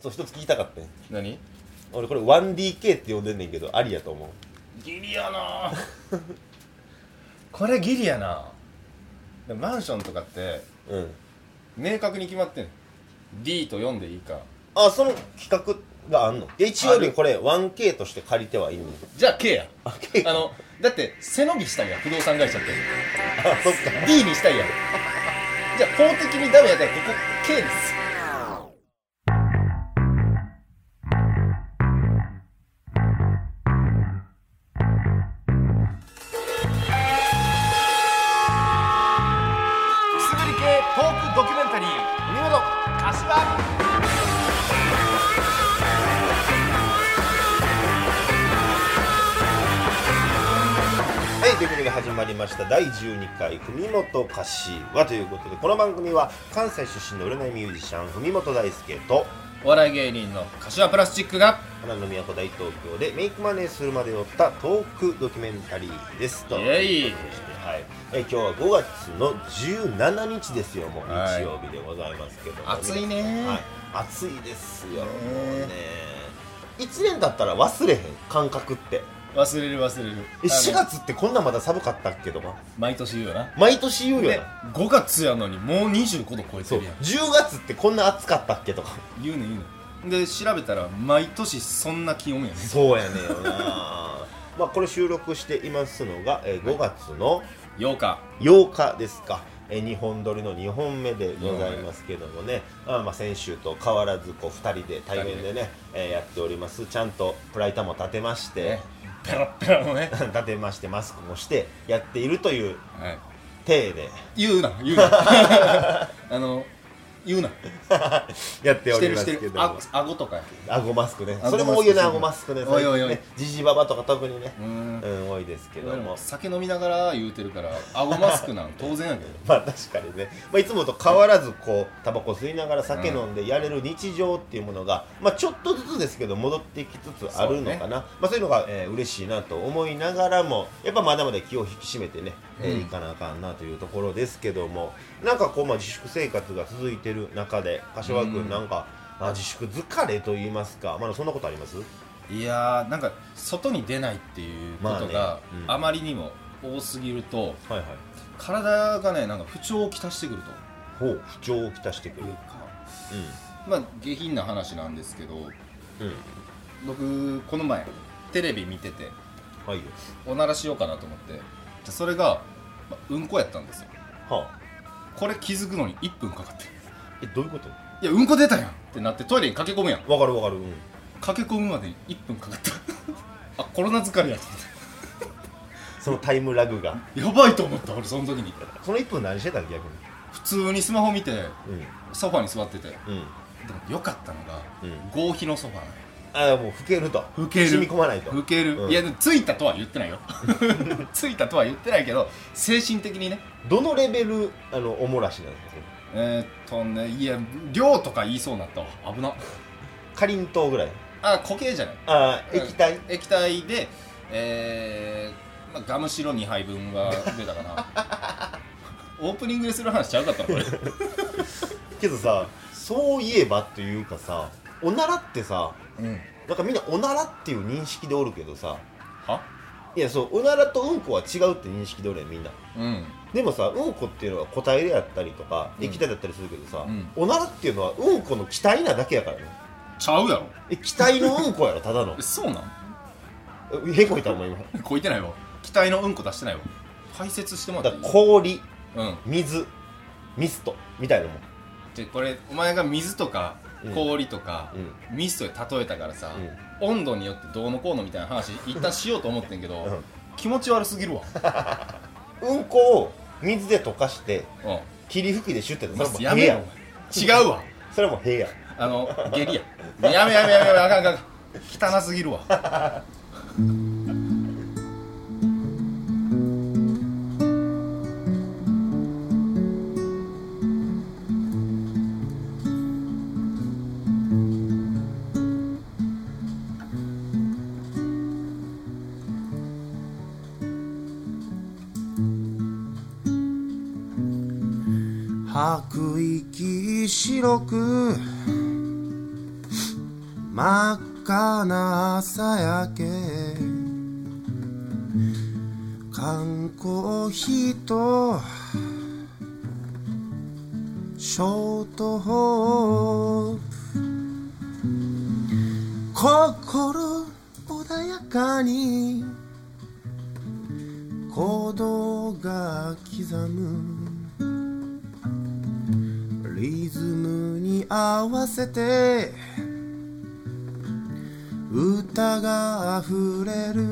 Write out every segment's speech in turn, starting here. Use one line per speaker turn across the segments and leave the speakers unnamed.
そう一つ聞きたかったん
何
俺これ 1DK って呼んでんねんけどありやと思う
ギリやな これギリやなでもマンションとかって
うん
明確に決まってん D と4でいいか
あその企画があんのいや一応
あ
ね
る
これ 1K として借りてはいるの
じゃあ K や
あ K
あのだって背伸びしたんや不動産会社って
あそっか
D にしたいやんじゃあ法的にダメやったらここ K ですくすぐり系トークドキュメンタリー見事柏
はいということで始まりました第12回「文元柏」ということでこの番組は関西出身の占いミュージシャン文元大輔と
お笑い芸人の柏プラスチックが
花の都大東京でメイクマネーするまでを追ったトークドキュメンタリーですと
イエイ
いうことではい、え今日は5月の17日ですよもう
はい
日曜日でございますけども
暑いね
はい、暑いですよ、
ね
ね1年だったら忘れへん感覚って
忘れる忘れる
え4
あの
月ってこんなまだ寒かったっけとか
毎年言うよな
毎年言うよ
で
な
5月やのにもう25度超え
そ
て
う
るやん
10月ってこんな暑かったっけとか
言うねん言うねんで調べたら毎年そんな気温や ね
そうやねんよな まあこれ収録していますのが、えー5月の
8日
8日ですか、えー日本撮りの2本目でございますけどもね、あまあ先週と変わらずこう2人で対面でね、えーやっておりますちゃんとプライタも立てまして、
ねペラッペラのね
立てましてマスクもしてやっているという
はい
体で
言うな言うなあの言うな
やってお
して
り
る
ま
して
すけ
る
ど
あ
も
顎とかや
顎マスクね
顎マスク
それも多いよね顎マスクね
おいおいお
最近
い
ねジジババとか特にね
うーん
うん多いですけど
俺も
も
酒飲みながら言うてるから顎マスクなん当然やけど
まあ確かにね、まあ、いつもと変わらずこうタバコ吸いながら酒飲んでやれる日常っていうものが、まあ、ちょっとずつですけど戻ってきつつあるのかなまあ、そういうのが、えー嬉しいなと思いながらもやっぱまだまだ気を引き締めてね、えー
うん
いかなあかんなというところですけどもなんかこう、まあ、自粛生活が続いてる中で柏君、
うん
なんか、まあ、自粛疲れと言いますか、まだそんなことあります
いやーなんか外に出ないっていうこと
まあ
が
ねうん
あまりにも多すぎると
はいはい
体がねなんか不調をきたしてくると
ほう不調をきたしてくる
いうかまあ下品な話なんですけど
うんうん
僕この前テレビ見てて
はいよ
おならしようかなと思ってでそれが、まあうんこやったんですよ
はあ
これ気づくのに1分かかって
えどういうこと
いやうんこ出たやんってなってトイレに駆け込むやん
わかるわかるうん
駆け込むまでに1分かかった あコロナ疲れやと思っ
そのタイムラグが
てやばいと思った俺その時に
その1分何してたの逆に
普通にスマホ見て
う
ソファに座っててで
んうん
もよかったのが、
うん
合皮のソファ
ああもう老けると
老ける
染み込まないと
吹ける、
うん
いやでもついたとは言ってないよ ついたとは言ってないけど精神的にね
どのレベルあのおもらしなんですか
えー、っとねいや量とか言いそうになったわ危な
かりんとうぐらい
あ固形じゃない
ああ
うん
液体、
液体でえーまあ、ガムシロ2杯分が出たかな オープニングでする話ちゃうかったのこれ
けどさそういえばというかさおならってさ
うん
なんかみんなおならっていう認識でおるけどさ
はい
やそうおならとうんこは違うって認識でおるやんみんな
うん
でもさうんこっていうのは個体であったりとか
うん
液体だったりするけどさ、
うん
おならっていうのはうんこの気体なだけやからね
ちゃうやろ
え気体のうんこやろただの
えそうなん
えへこいた思います
こいてないわ機体のうんこ出してないわ排泄してもら
だ
っ
か
てい
ら
い
氷
うん
水ミストみたいなもん
でこれお前が水とか
うん
氷とか、
うん
ミストで例えたからさ、温度によってどうのこうのみたいな話一旦しようと思ってんけど、
うん
気持ち悪すぎるわ、
うんこを水で溶かして
うん
霧吹きでシュッて
ま
それ
あ
も
や
部
め
屋
ろお前違うわ
それも部屋
あの下痢ややめやめやめやめあかんあかん汚すぎるわ
吐く息白く真っ赤な朝焼け缶コーヒーとショートホープ心穏やかに行動が刻むリズムに合わせて歌が溢れる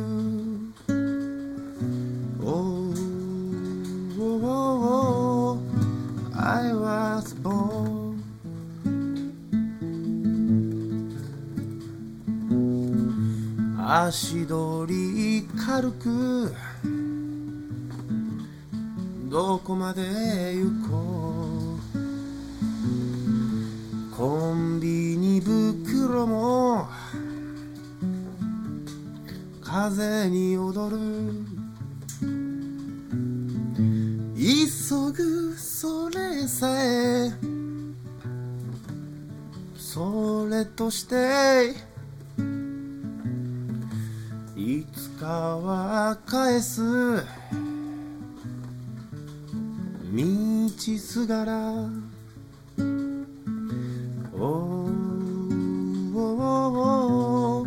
おーおーおー I was born 足取り軽くどこまで行こうコンビニ袋も風に踊る急ぐそれさえそれとしていつかは返す道すがらおーおーおー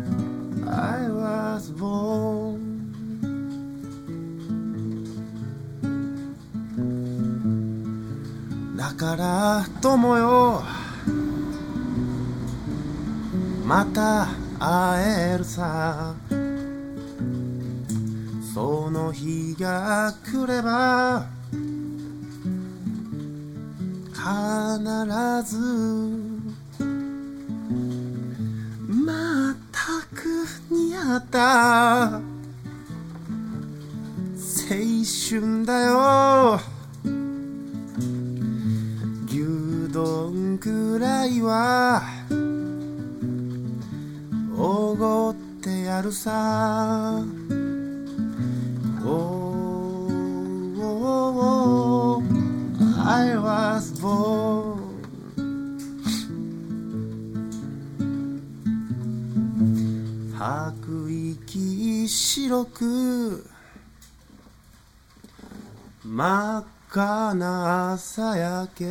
I was born だから友よまた会えるさその日が来れば必ずまったく似合った青春だよ牛丼くらいはおごってやるさおーおーおー I was born 吐く息白く真っ赤な朝焼け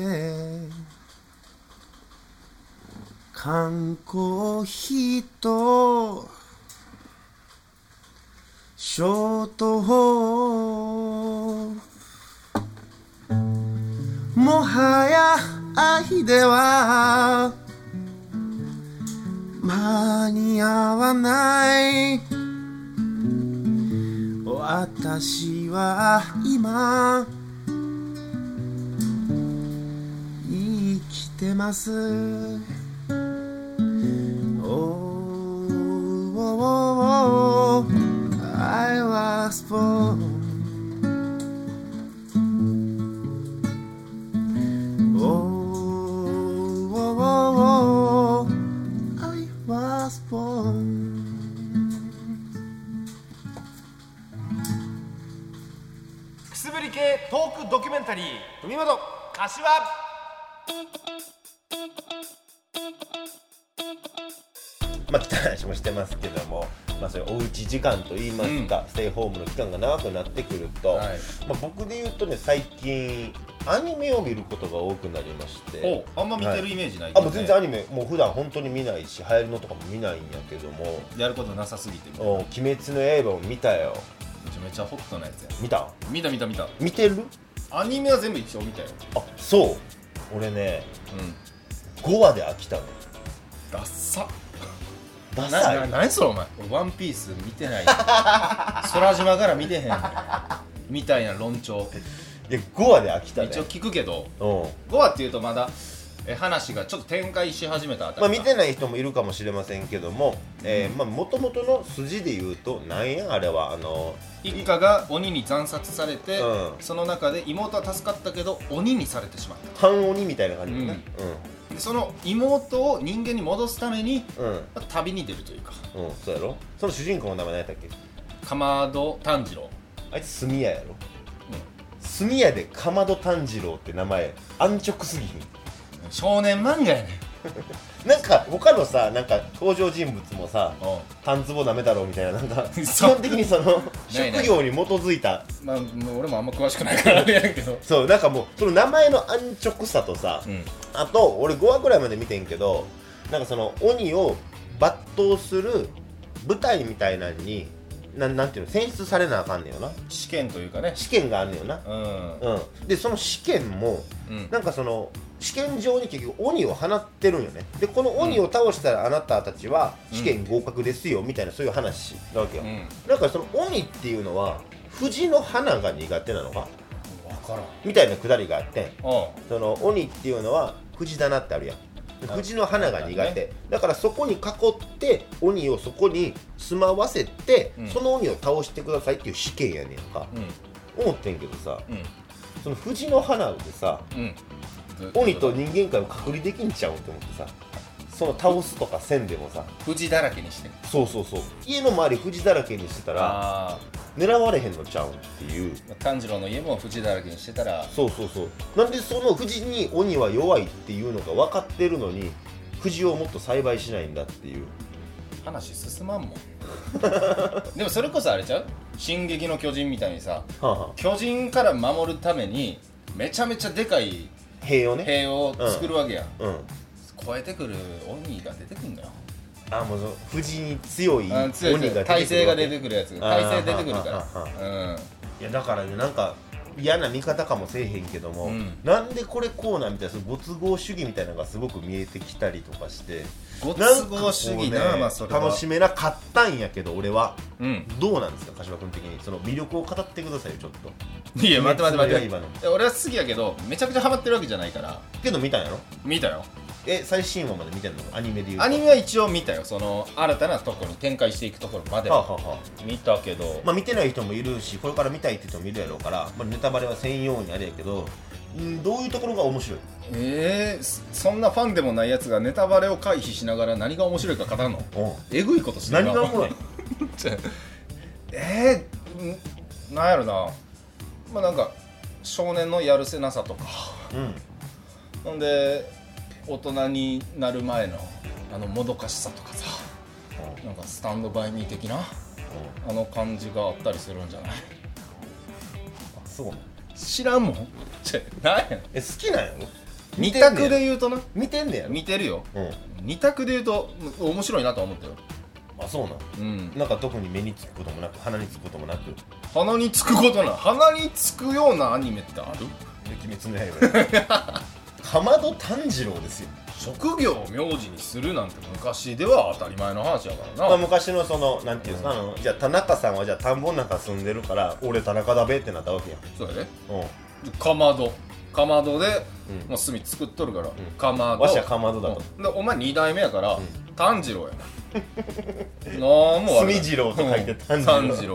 缶コーヒーとショートホープもはや愛では間に合わない私は今生きてますおーおーおー I was born おーおーおーおー I was born
くすぶり系トークドキュメンタリー
文元
柏
まあ汚い話もしてますけども、まあ、そういうおうち時間といいますか、ステイホームの期間が長くなってくると、
はい
まあ、僕で言うとね最近アニメを見ることが多くなりまして
おあんま見てるイメージないけ
あ
ど、
も
ね
う全然アニメもう普段本当に見ないし流行りのとかも見ないんやけども
やることなさすぎて
「
め
お鬼滅の刃」を見たよ
ちゃめちゃホットなやつや
見た
見た見た見た
見てる
アニメは全部一応見たよ
あそう俺ね
うん
5話で飽きたの
ダッサ
ダ
な
サ
ない何それお前俺ワンピース見て ない空島から見てへんみたいな論調
いや5話で飽きたね
一応聞くけど
うん
5話っていうとまだえ話がちょっと展開し始めたあた
まあ、
り
見てない人もいるかもしれませんけども、えーまあ元々の筋で言うとなんやあれはあの
一家が鬼に惨殺されて、
うん
その中で妹は助かったけど鬼にされてしまっ
半鬼みたいな感じだね
たでその妹を人間に戻すために
うんうん
まあ旅に出るというか
うんそうやろその主人公の名前何やったっけ
かまど炭治郎
あいつ炭屋やろ炭屋でかまど炭治郎って名前安直すぎひん
少年漫画やねん
なんか他のさなんか登場人物もさ半ズボなめだろうみたいななん か
そう
基本的にその
ないない
職業に基づいた
まあ、俺もあんま詳しくないからあれやけど、
そうなんかもうその名前の安直さとさ、
うん、
あと俺5話ぐらいまで見てんけどなんかその鬼を抜刀する舞台みたいなのになんなんていうの選出されなあかんねんよな
試験というかね
試験があんねんよな、
うん、
うん、でその試験も
うん、
なんかその試験場に結局鬼を放ってるんよねでこの鬼を倒したらあなたたちは試験合格ですよみたいなそういう話なわけよ、
うん、
なんかその鬼っていうのは藤の花が苦手なのか
分からん
みたいなくだりがあって
あ
その鬼っていうのは藤棚ってあるやん
あ
藤の花が苦
なるほど
手だからそこに囲って鬼をそこに住まわせて、
うん
その鬼を倒してくださいっていう試験やねんか
うん
思ってんけどさ
うん
その藤の花でさ
うん
鬼と人間界を隔離できんちゃうって思ってさその倒すとかせんでもさ
藤だらけにしてる
そうそうそう家の周り藤だらけにしてたら
あ
狙われへんのちゃうんっていう
あ炭治郎の家も藤だらけにしてたら
そうそうそうなんでその藤に鬼は弱いっていうのが分かってるのに藤をもっと栽培しないんだっていう
話進まんも んでもそれこそあれちゃう「進撃の巨人」みたいにさ
はあは
巨人から守るためにめちゃめちゃでかい
あ塀をね
塀を作るわけやん、
うん
超えてくる鬼が出てくんだよ
あもうその藤に強い鬼
あ
が出
強い強い体勢が出て
る
くるやつ
あー
体勢出てくるか
あー
ら
いやだからねなんか嫌な見方かもせえへんけども、
うん
なんでこれこうなんみたいなその没合主義みたいなのがすごく見えてきたりとかして
ご
なん
都
かこう
合主義な
ね
まあそれは
楽しめなかったんやけど俺は
うん
どうなんですか柏君的にその魅力を語ってくださいよちょっと
いや待って待って待って
今の
いや俺は好きやけどめちゃくちゃハマってるわけじゃないから
けど見たんやろ
見たよ
え最新話まで見てんのアニメで言うと
アニメは一応見たよその新たなところに展開していくところまで
はあは
は
あはあ
見たけど
まあ、見てない人もいるしこれから見たいって人もいるやろうから、まあ、ネタバレはせんようにあれやけど、うん、どういうところが面白い
えー、そそんなファンでもないやつがネタバレを回避しながら何が面白いか語るの
うん
えぐいことしてる
何
な
がおもろい
えー、んなんやろなまあなんか少年のやるせなさとか
うん
ほんで大人になる前のあのもどかしさとかさなんかスタンドバイミー的なあの感じがあったりするんじゃない
そうなん
知らんもんちょなんやねん
え好きなんやろ
二択で言うとな
見てんねやろ
見てるよ
うん
二択で言うとむ面白いなとは思ったよ
あそうなん
うん
なんか特に目につくこともなく鼻につくこともなく「
鼻につくことない鼻につくようなアニメってある
で鬼滅の刃」 かまど炭治郎ですよ、
職業を名字にするなんて昔では当たり前の話やから
ま
な、
あ、昔のそのなんていうんですか、あのじゃあ田中さんはじゃあ田んぼの中住んでるから俺田中だべってなったわけやん
そうやで
う
かまどかまどで、
うん
もう炭作っとるから、かまど
わしはかまどだと
うんでお前二代目やから、
ん
炭治郎 やななんも悪くない
炭治郎と書いて炭治郎
うん炭治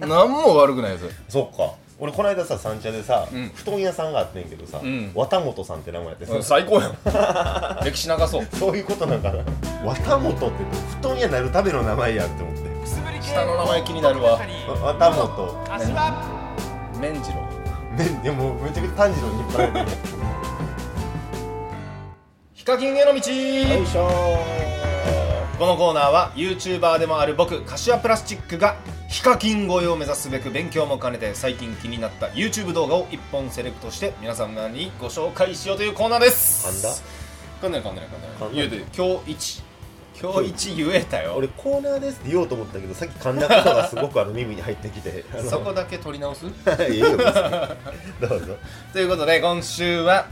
郎なんも悪くないやつ
んそっか俺この間さ三茶でさ、
うん
布団屋さんがあってんけどさ、
うん
綿本さんって名前やってさ、
うん最高や ん歴史長そう
そういうことなんかな綿本って布団屋になるための名前やって思って
くすぶり系
下の名前気になるわ
わ綿本
足は
面次郎
ねでもめちゃくちゃ炭治郎に引っ張られて
ヒカキンへの道、
るよいしょ
このコーナーは YouTuber でもある僕柏プラスチックがヒカキン超えを目指すべく勉強も兼ねて最近気になった YouTube 動画を1本セレクトして皆様にご紹介しようというコーナーです
噛んだ
噛んでない噛んでない
噛
噛
んだ
んでない言うて今日一今日一言えたよ
俺コーナーですって言おうと思ったけどさっき噛んだことがすごくあの耳に入ってきてあの
そこだけ取り直す
いいよ別にどうぞ
ということで今週は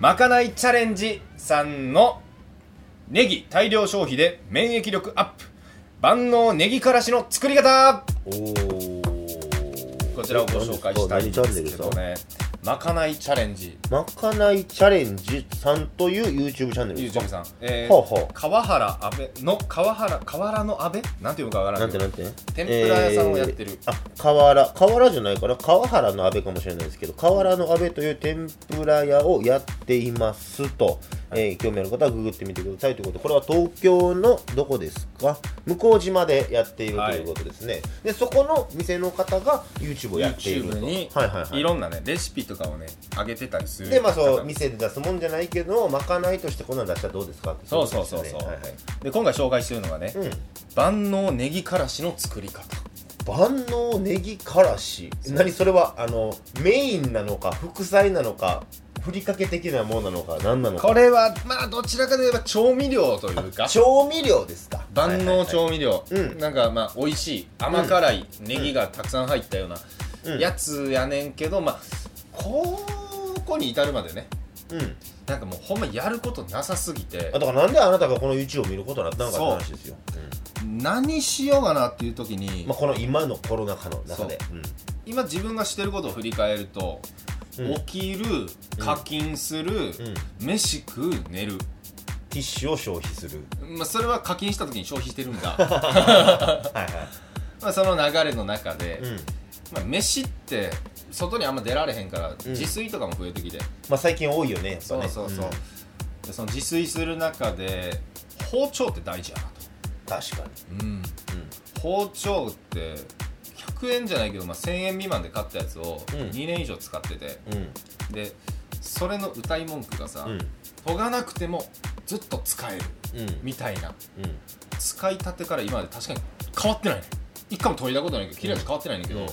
まかないチャレンジさんのネギ大量消費で免疫力アップ万能ネギからしの作り方
おー
こちらをご紹介したいんですけどねまかないチャレンジ
まかないチャレンジさんという YouTube チャンネルですか
YouTube さん、えー
ほうほう
川原阿部の川原河原の阿部なんていうのかわから
なんん
け
て
ど
なんて
天ぷら屋さんをやってる
あ河原河原じゃないから川原の阿部かもしれないですけど河原の阿部という天ぷら屋をやっていますとえー興味ある方はググってみてくださいということでこれは東京のどこですか向島でやっているということですね、でそこの店の方が YouTube をやっていると
YouTube に
はいはいはい
いろんなねレシピとかをね上げてたりする
でまあそ
方
う店で出すもんじゃないけどまかないとしてこんなん出したらどうですかって
そうそうそうそう、
はいはい
で今回紹介してるのがね、
うん
万能ネギからしの作り方
万能ネギからし何それはあのメインなのか副菜なのかふりかけ的なものなのか何なのか
これはまあどちらかといえば調味料というか
調味料ですか
万能調
味
味料、
うん
なんかまあ美味しい甘辛いネギがたくさん入ったような
うん
やつやねんけど、まあここに至るまでね
うん
なんかもうほんまやることなさすぎて
あだからなんであなたがこの YouTube を見ることになったのかって話ですよ、
何しようかなっていう時に、
うんまあ、この今のコロナ禍の中でうん
今自分がしてることを振り返ると、
うん
起きる課金する、飯食う寝る、
ティッシュを消費する
まあ、それは課金した時に消費してるん だ
はいはい
まあその流れの中で、
うん
まあ、飯って外にあんま出られへんから、
ん
自炊とかも増えてきて、
まあ最近多いよねやっぱ
そう
ね
そうそう、
ん
でその自炊する中で包丁って大事やなと、
確かに
うん包丁って100円じゃないけど、まあ、1000円未満で買ったやつを
うん
2年以上使ってて、
うん
でそれの歌い文句がさ、
うん
研がなくてもずっと使える
うん
みたいな
うん
使いたてから今まで確かに変わってないね一回も研いだことないけど切れ味変わってないねんだけど、
うん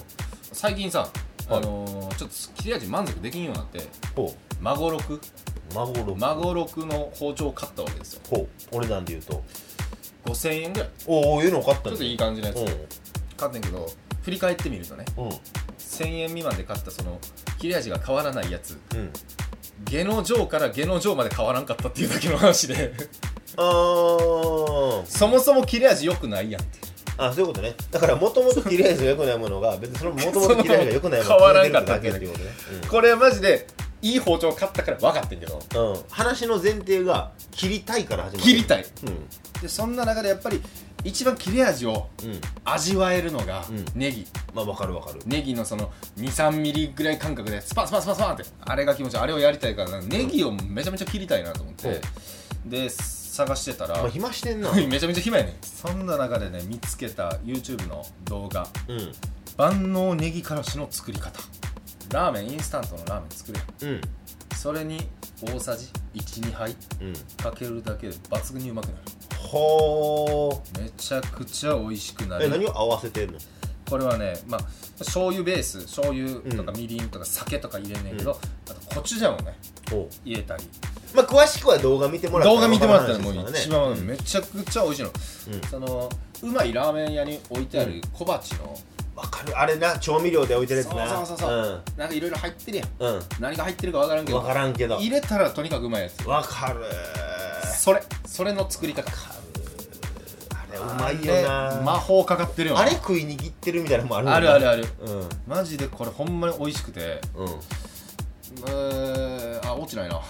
最近さ、あのーちょっと切れ味満足できんようになって
ほ
孫六
う孫六
孫六の包丁を買ったわけですよ
ほう俺なんで言うと
5000円ぐらいち
おおいうの分かった
ょっといい
か
感じのやつ、買ってんけど振り返ってみるとね
うんうん
1000円未満で買ったその切れ味が変わらないやつ
うん
下の上から下の上まで変わらんかったっていうだけの話で
あー
そもそも切れ味良くないやんって
あそういうことねだからもともと切れ味が良くないものが別にそのもともと切れ味が良くないもの
変わらんか
か
っ
ったた
っていう
っていうことね、
これはマジでいい包丁買ったから分かってんけど
うんうん、話の前提が切りたいから始まる
切りたい
うん
でそんな中でやっぱり一番切れ味を
うん
味わえるのが
うん
ネギ、
まあわかるわかる
ネギのその23ミリぐらい間隔でスパンスパンスパンスパンってあれが気持ちいいあれをやりたいからネギをめちゃめちゃ切りたいなと思って、で探してたら、
まあ暇してんな
めちゃめちゃ暇やねんそんな中でね見つけた YouTube の動画
うん
万能ネギからしの作り方ラーメンインスタントのラーメン作るや
うん
んそれに大さじ12杯
うん
かけるだけで抜群にうまくな
ほ
るめちゃくちゃ美味しくな
ーえ
る
何を合わせてんの
これはねまあ醤油ベース醤油とか
うん
みりんとか酒とか入れんねんけど、あとコチュジャンをね
ほ
入れたり
うまあ詳しくは動画見てもらった
動画見てもらった
わ
ら
かる
も
話
う
で
一
すからね
番めちゃくちゃ美味しいの、
うん
そのうまいラーメン屋に置いてある小鉢の、
わかるあれな調味料で置いてるやつ
そう
な
そうそうそう、なんかいろいろ入ってるやん
うん
何が入ってるか分からんけ
うん
ど
わからんけど
入れたらとにかくうまいやつ
わかる
それそれの作り方
あれうまいよ
あ
な
れ魔法かかってるよな
あれ食いにぎってるみたいなのもあるもんな
あるあるある
うん
マジでこれほんまに美味しくて
うん
うーんあ落ちないな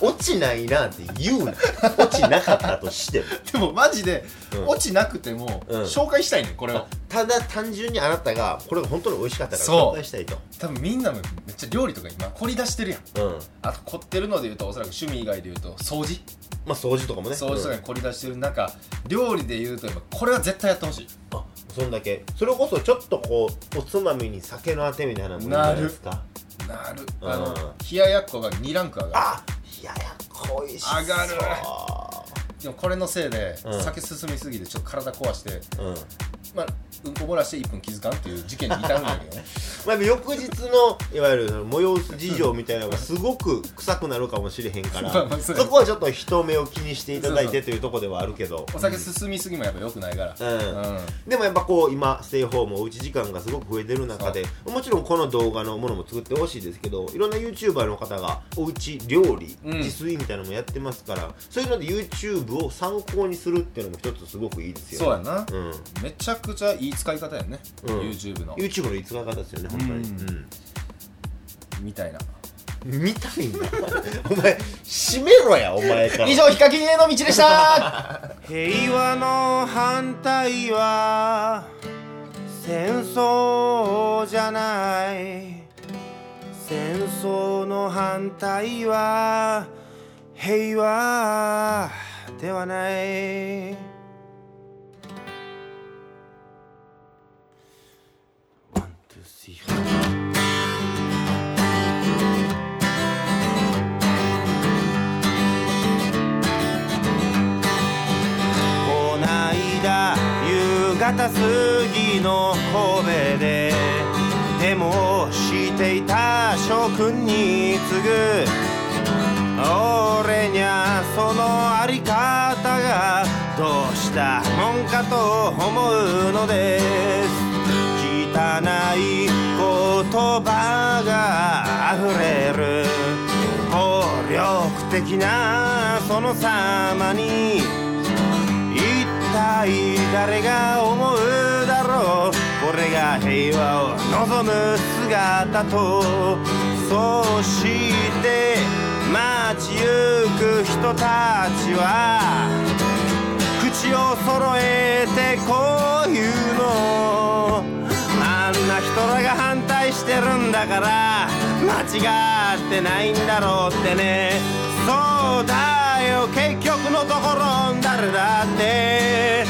落ちないなって言うな落ちなかったとしても
でもマジで、
うん
落ちなくても、
うん
紹介したいねこれを
ただ単純にあなたがこれが本当に美味しかったから
そう
紹介したいと
多分みんなもめっちゃ料理とか今凝り出してるや
う
ん
ん
あと凝ってるので言うとおそらく趣味以外で言うと掃除
まあ掃除とかもね
掃除とか
う
に凝り出してる中料理で言うと今これは絶対やってほしい
んあそんだけそれこそちょっとこうおつまみに酒のあてみたいなのもいいんじゃないですか
なる
うん
あの冷ややっこが2ランク上がる
あいやいやこいしそう
上がるでもこれのせいで、
うん
酒進みすぎてちょっと体壊して、
うん
まあ、うんこ漏らして1分気づかんっていう事件に至るんだけどね
まあ、翌日のいわゆる催す事情みたいなのがすごく臭くなるかもしれへんから
まあまあそ
そう
や
こはちょっと人目を気にしていただいてと いうところではあるけど
お酒進みすぎもやっぱ良くないから、
うん
うん
でもやっぱこう今ステイホームおうち時間がすごく増えてる中でもちろんこの動画のものも作ってほしいですけどいろんな YouTuber の方がおうち料理、
うん
自炊みたいなのもやってますからそういうので YouTube を参考にするっていうのも一つすごくいいですよ
そうやな、
うん
めちゃくちゃいい使い方やね、
うん
YouTube の
YouTube の逸話方ですよね本当に、
う
うん
みたいな
見たいんだお前閉めろやお前から
以上ヒカキンへの道でした
平和の反対は戦争じゃない戦争の反対は平和ではないワン・ツー・スリー・フォーこないだ夕方過ぎの神戸ででもしていた諸君に次ぐ俺にゃそのあり方がどうしたもんかと思うのです汚い言葉が溢れる暴力的なその様に一体誰が思うだろうこれが平和を望む姿とそうして街行く人たちは口を揃えてこういうのあんな人らが反対してるんだから間違ってないんだろうってねそうだよ結局のところ誰だって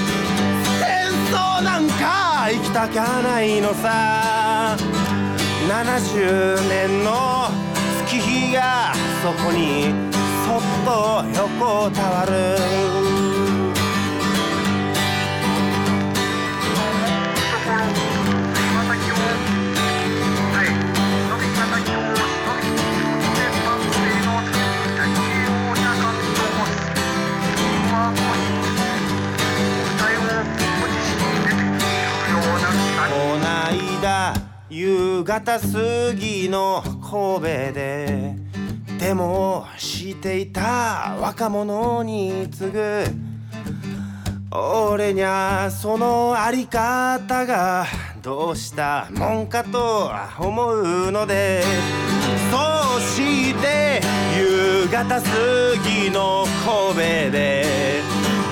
戦争なんか生きたきゃないのさ70年の月日がそこにそっと横たわるこないだ夕方過ぎの神戸ででもしていた若者に次ぐ俺にゃそのあり方がどうしたもんかと思うのでそうして夕方過ぎの神戸で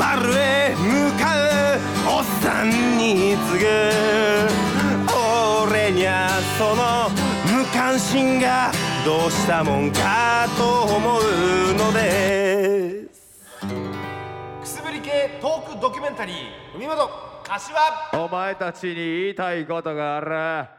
バルへ向かうおっさんに次ぐ俺にゃその無関心がどうしたもんかと思うのです
くすぶり系トークドキュメンタリー海本柏
お前たちに言いたいことがある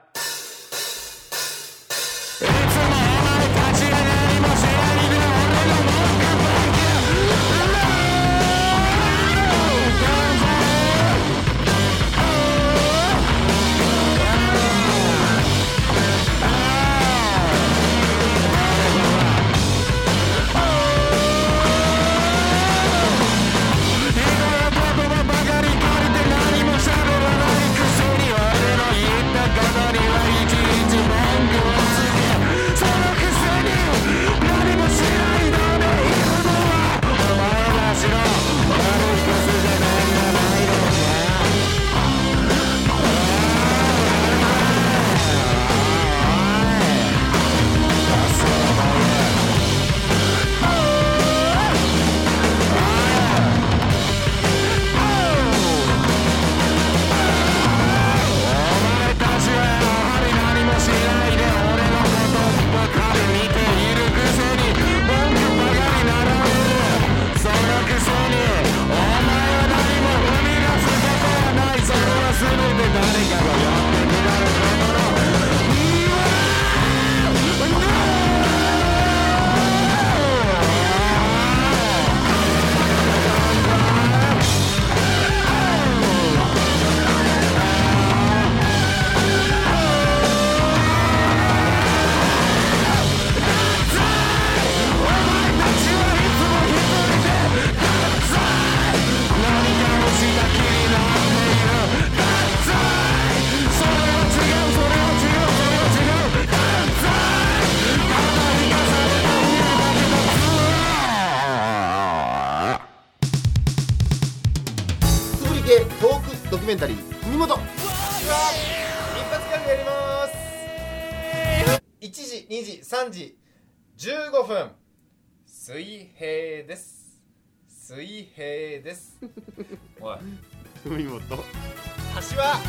つぶり系トークドキュメンタリー海本
一発ギャグやります1時2時3時15分水平です水平ですおい
海本
橋は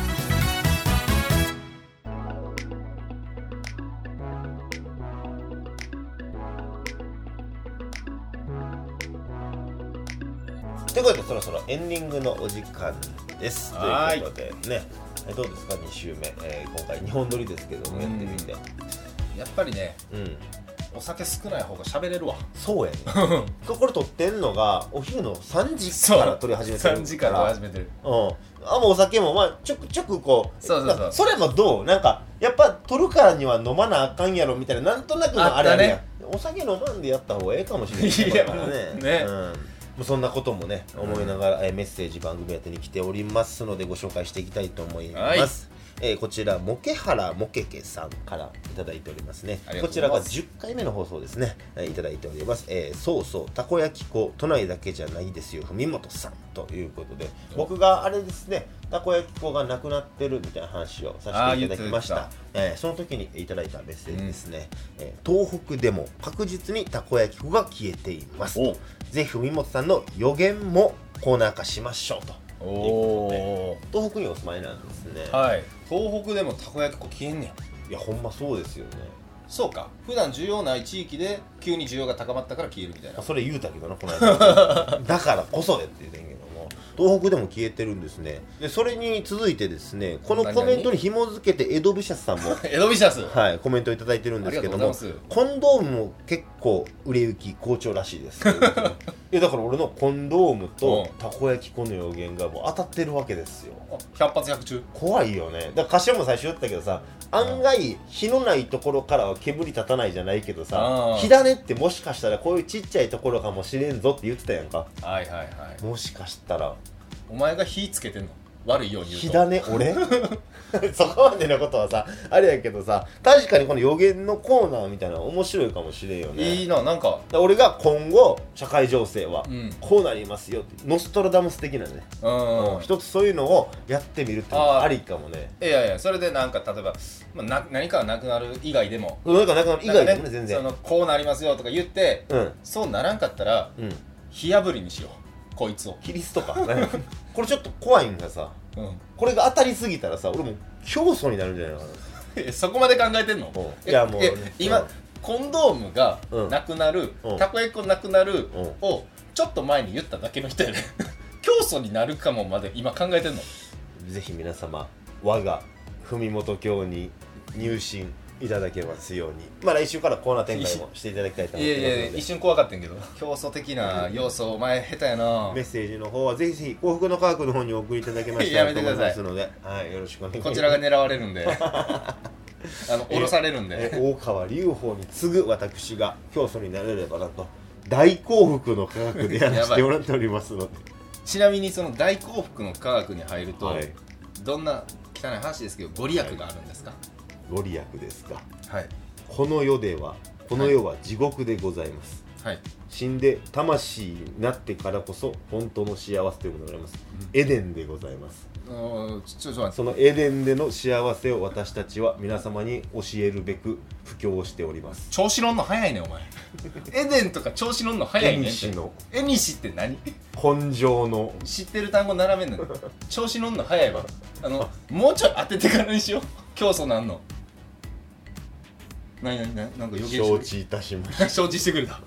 ということでそろそろエンディングのお時間ですと
はい
いうことでねえどうですか2週目、えー今回2本撮りですけどもやってみて
やっぱりね
うん、
お酒少ない方が喋れ るわ
そうやねそうこれ撮ってんのがお昼の3時から撮り始めてるから
3時から撮り始めてる
うん、あもうお酒もまあちょくちょくこう
そうそうそう
なんかそれもどうなんかやっぱ取るからには飲まなあかんやろみたいななんとなくの
あ
あ
っ
れ
た
あ
ね
れやん、お酒飲まんでやった方がええかもしれない
いや
これから
ね
うんもうそんなこともね思いながら、えーメッセージ番組宛てに来ておりますのでご紹介していきたいと思います、えーこちらもけはらもけけさんからいただいておりますね
あり
こ
がとうご
ち
ざい
ら
ま
が
す
10回目の放送ですね、えーいただいております、えーそうそうたこ焼き粉都内だけじゃないですよ文本さんということで僕があれですねたこ焼き粉がなくなってるみたいな話をさせていただきまし
あ
た
ー
えーその時にいただいたメッセージですね、えー東北でも確実にたこ焼き粉が消えています
お
ぜひ文本さんの予言もコーナー化しましょうと
おお
東北にお住まいなんですね、
はい東北でもたこ焼き粉消えんねん
い、やほんまそうですよね
そうか普段需要ない地域で急に需要が高まったから消えるみたいな
まあそれ言うたけどなこの 間だからこそやって言ってんけども東北でも消えてるんですねでそれに続いてですねこのコメントに紐付けて江戸武者さん も
エドビシャス
はい、コメントいただいてるんですけど
あり
も
がとうございま
コンドームも結構売れ行き好調らしいです いやだから俺のコンドームと
うん
たこ焼き粉の予言がもう当たってるわけですよ
百発百中
怖いよねだから柏も最初言ったけどさ案外火のないところからは煙立たないじゃないけど
あ
さ
ー
火種ってもしかしたらこういうちっちゃいところかもしれんぞって言ってたやんか
はいはいはい
もしかしたら
お前が火つけてんの悪いように言うと
火種 俺そこまでのことはさあれやけどさ確かにこの予言のコーナーみたいなの面白いかもしれんよね
いいななんか
だから俺が今後社会情勢は
うん
こうなりますよってノストラダムス的なね、
うん
一つそういうのをやってみるっていうのもありかもね
いやいやそれでなんか例えば、まあ、な何かがなくなる以外でも
なんかなんか以外で
なん
もね
か
全
そ
然
のこうなりますよとか言って、
うん
そうならんかったら
うん
火炙りにしようこいつを、
比率とか これちょっと怖いんがさ
うん
これが当たりすぎたらさ俺もう教祖になるんじゃないのかな
え、そこまで考えてんの
うん
え
いやもう
え
ね
今、
うん
コンドームが
うん
なくなる、
うん
たこ焼き粉なくなる、
うん
をちょっと前に言っただけの 人やね教祖になるかもまで今考えてんの
ぜひ皆様我が文元教に入信いただけますようにまあ来週からコーナー展開もしていただきたいと思
い
います
やい
ので
や一瞬怖かったんけど教祖的な要素お前下手やな
メッセージの方はぜひぜひ幸福の科学の方にお送りいただけまし
や
たら
め
と
てく
思い
ださ
ま
い
すので、はい、よろしくお願いします
こちらが狙われる んであの降ろされるん
え
で
大川隆法に次ぐ私が教祖になれればなと大幸福の科学でやらせてもらっておりますので
ちなみにその大幸福の科学に入ると、
はい
どんな汚い話ですけどご利益があるんですか
ご利益ですか
はい
この世ではこの世は地獄でございます、
はい
死んで魂になってからこそ本当の幸せというものがあります、エデンでございます
あのちょちょっと待って
そのエデンでの幸せを私たちは皆様に教えるべく布教をしております
調子乗んの早いねお前エデンとか調子乗んの早いねんって
エニシの
エニシって何
根性の
知ってる単語並べんの調子乗んの早いわあのもうちょい当ててからにしよう競争なんの何何何なんか余計
承知いたしまし
承知してくれた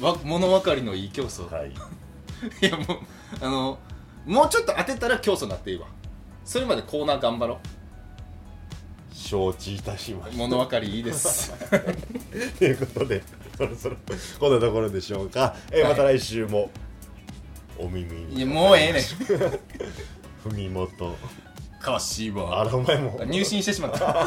わ物分かりのいい競争、
た、はい
い、やもうあのもうちょっと当てたら競争になっていいわそれまでコーナー頑張ろ
承知いたしま
う
し
物分かりいいです
たということでそろそろこんなところでしょうか、えー
はい
また来週もお耳に
いやもうええねん
文元
柏
あらお前も
入信してしまった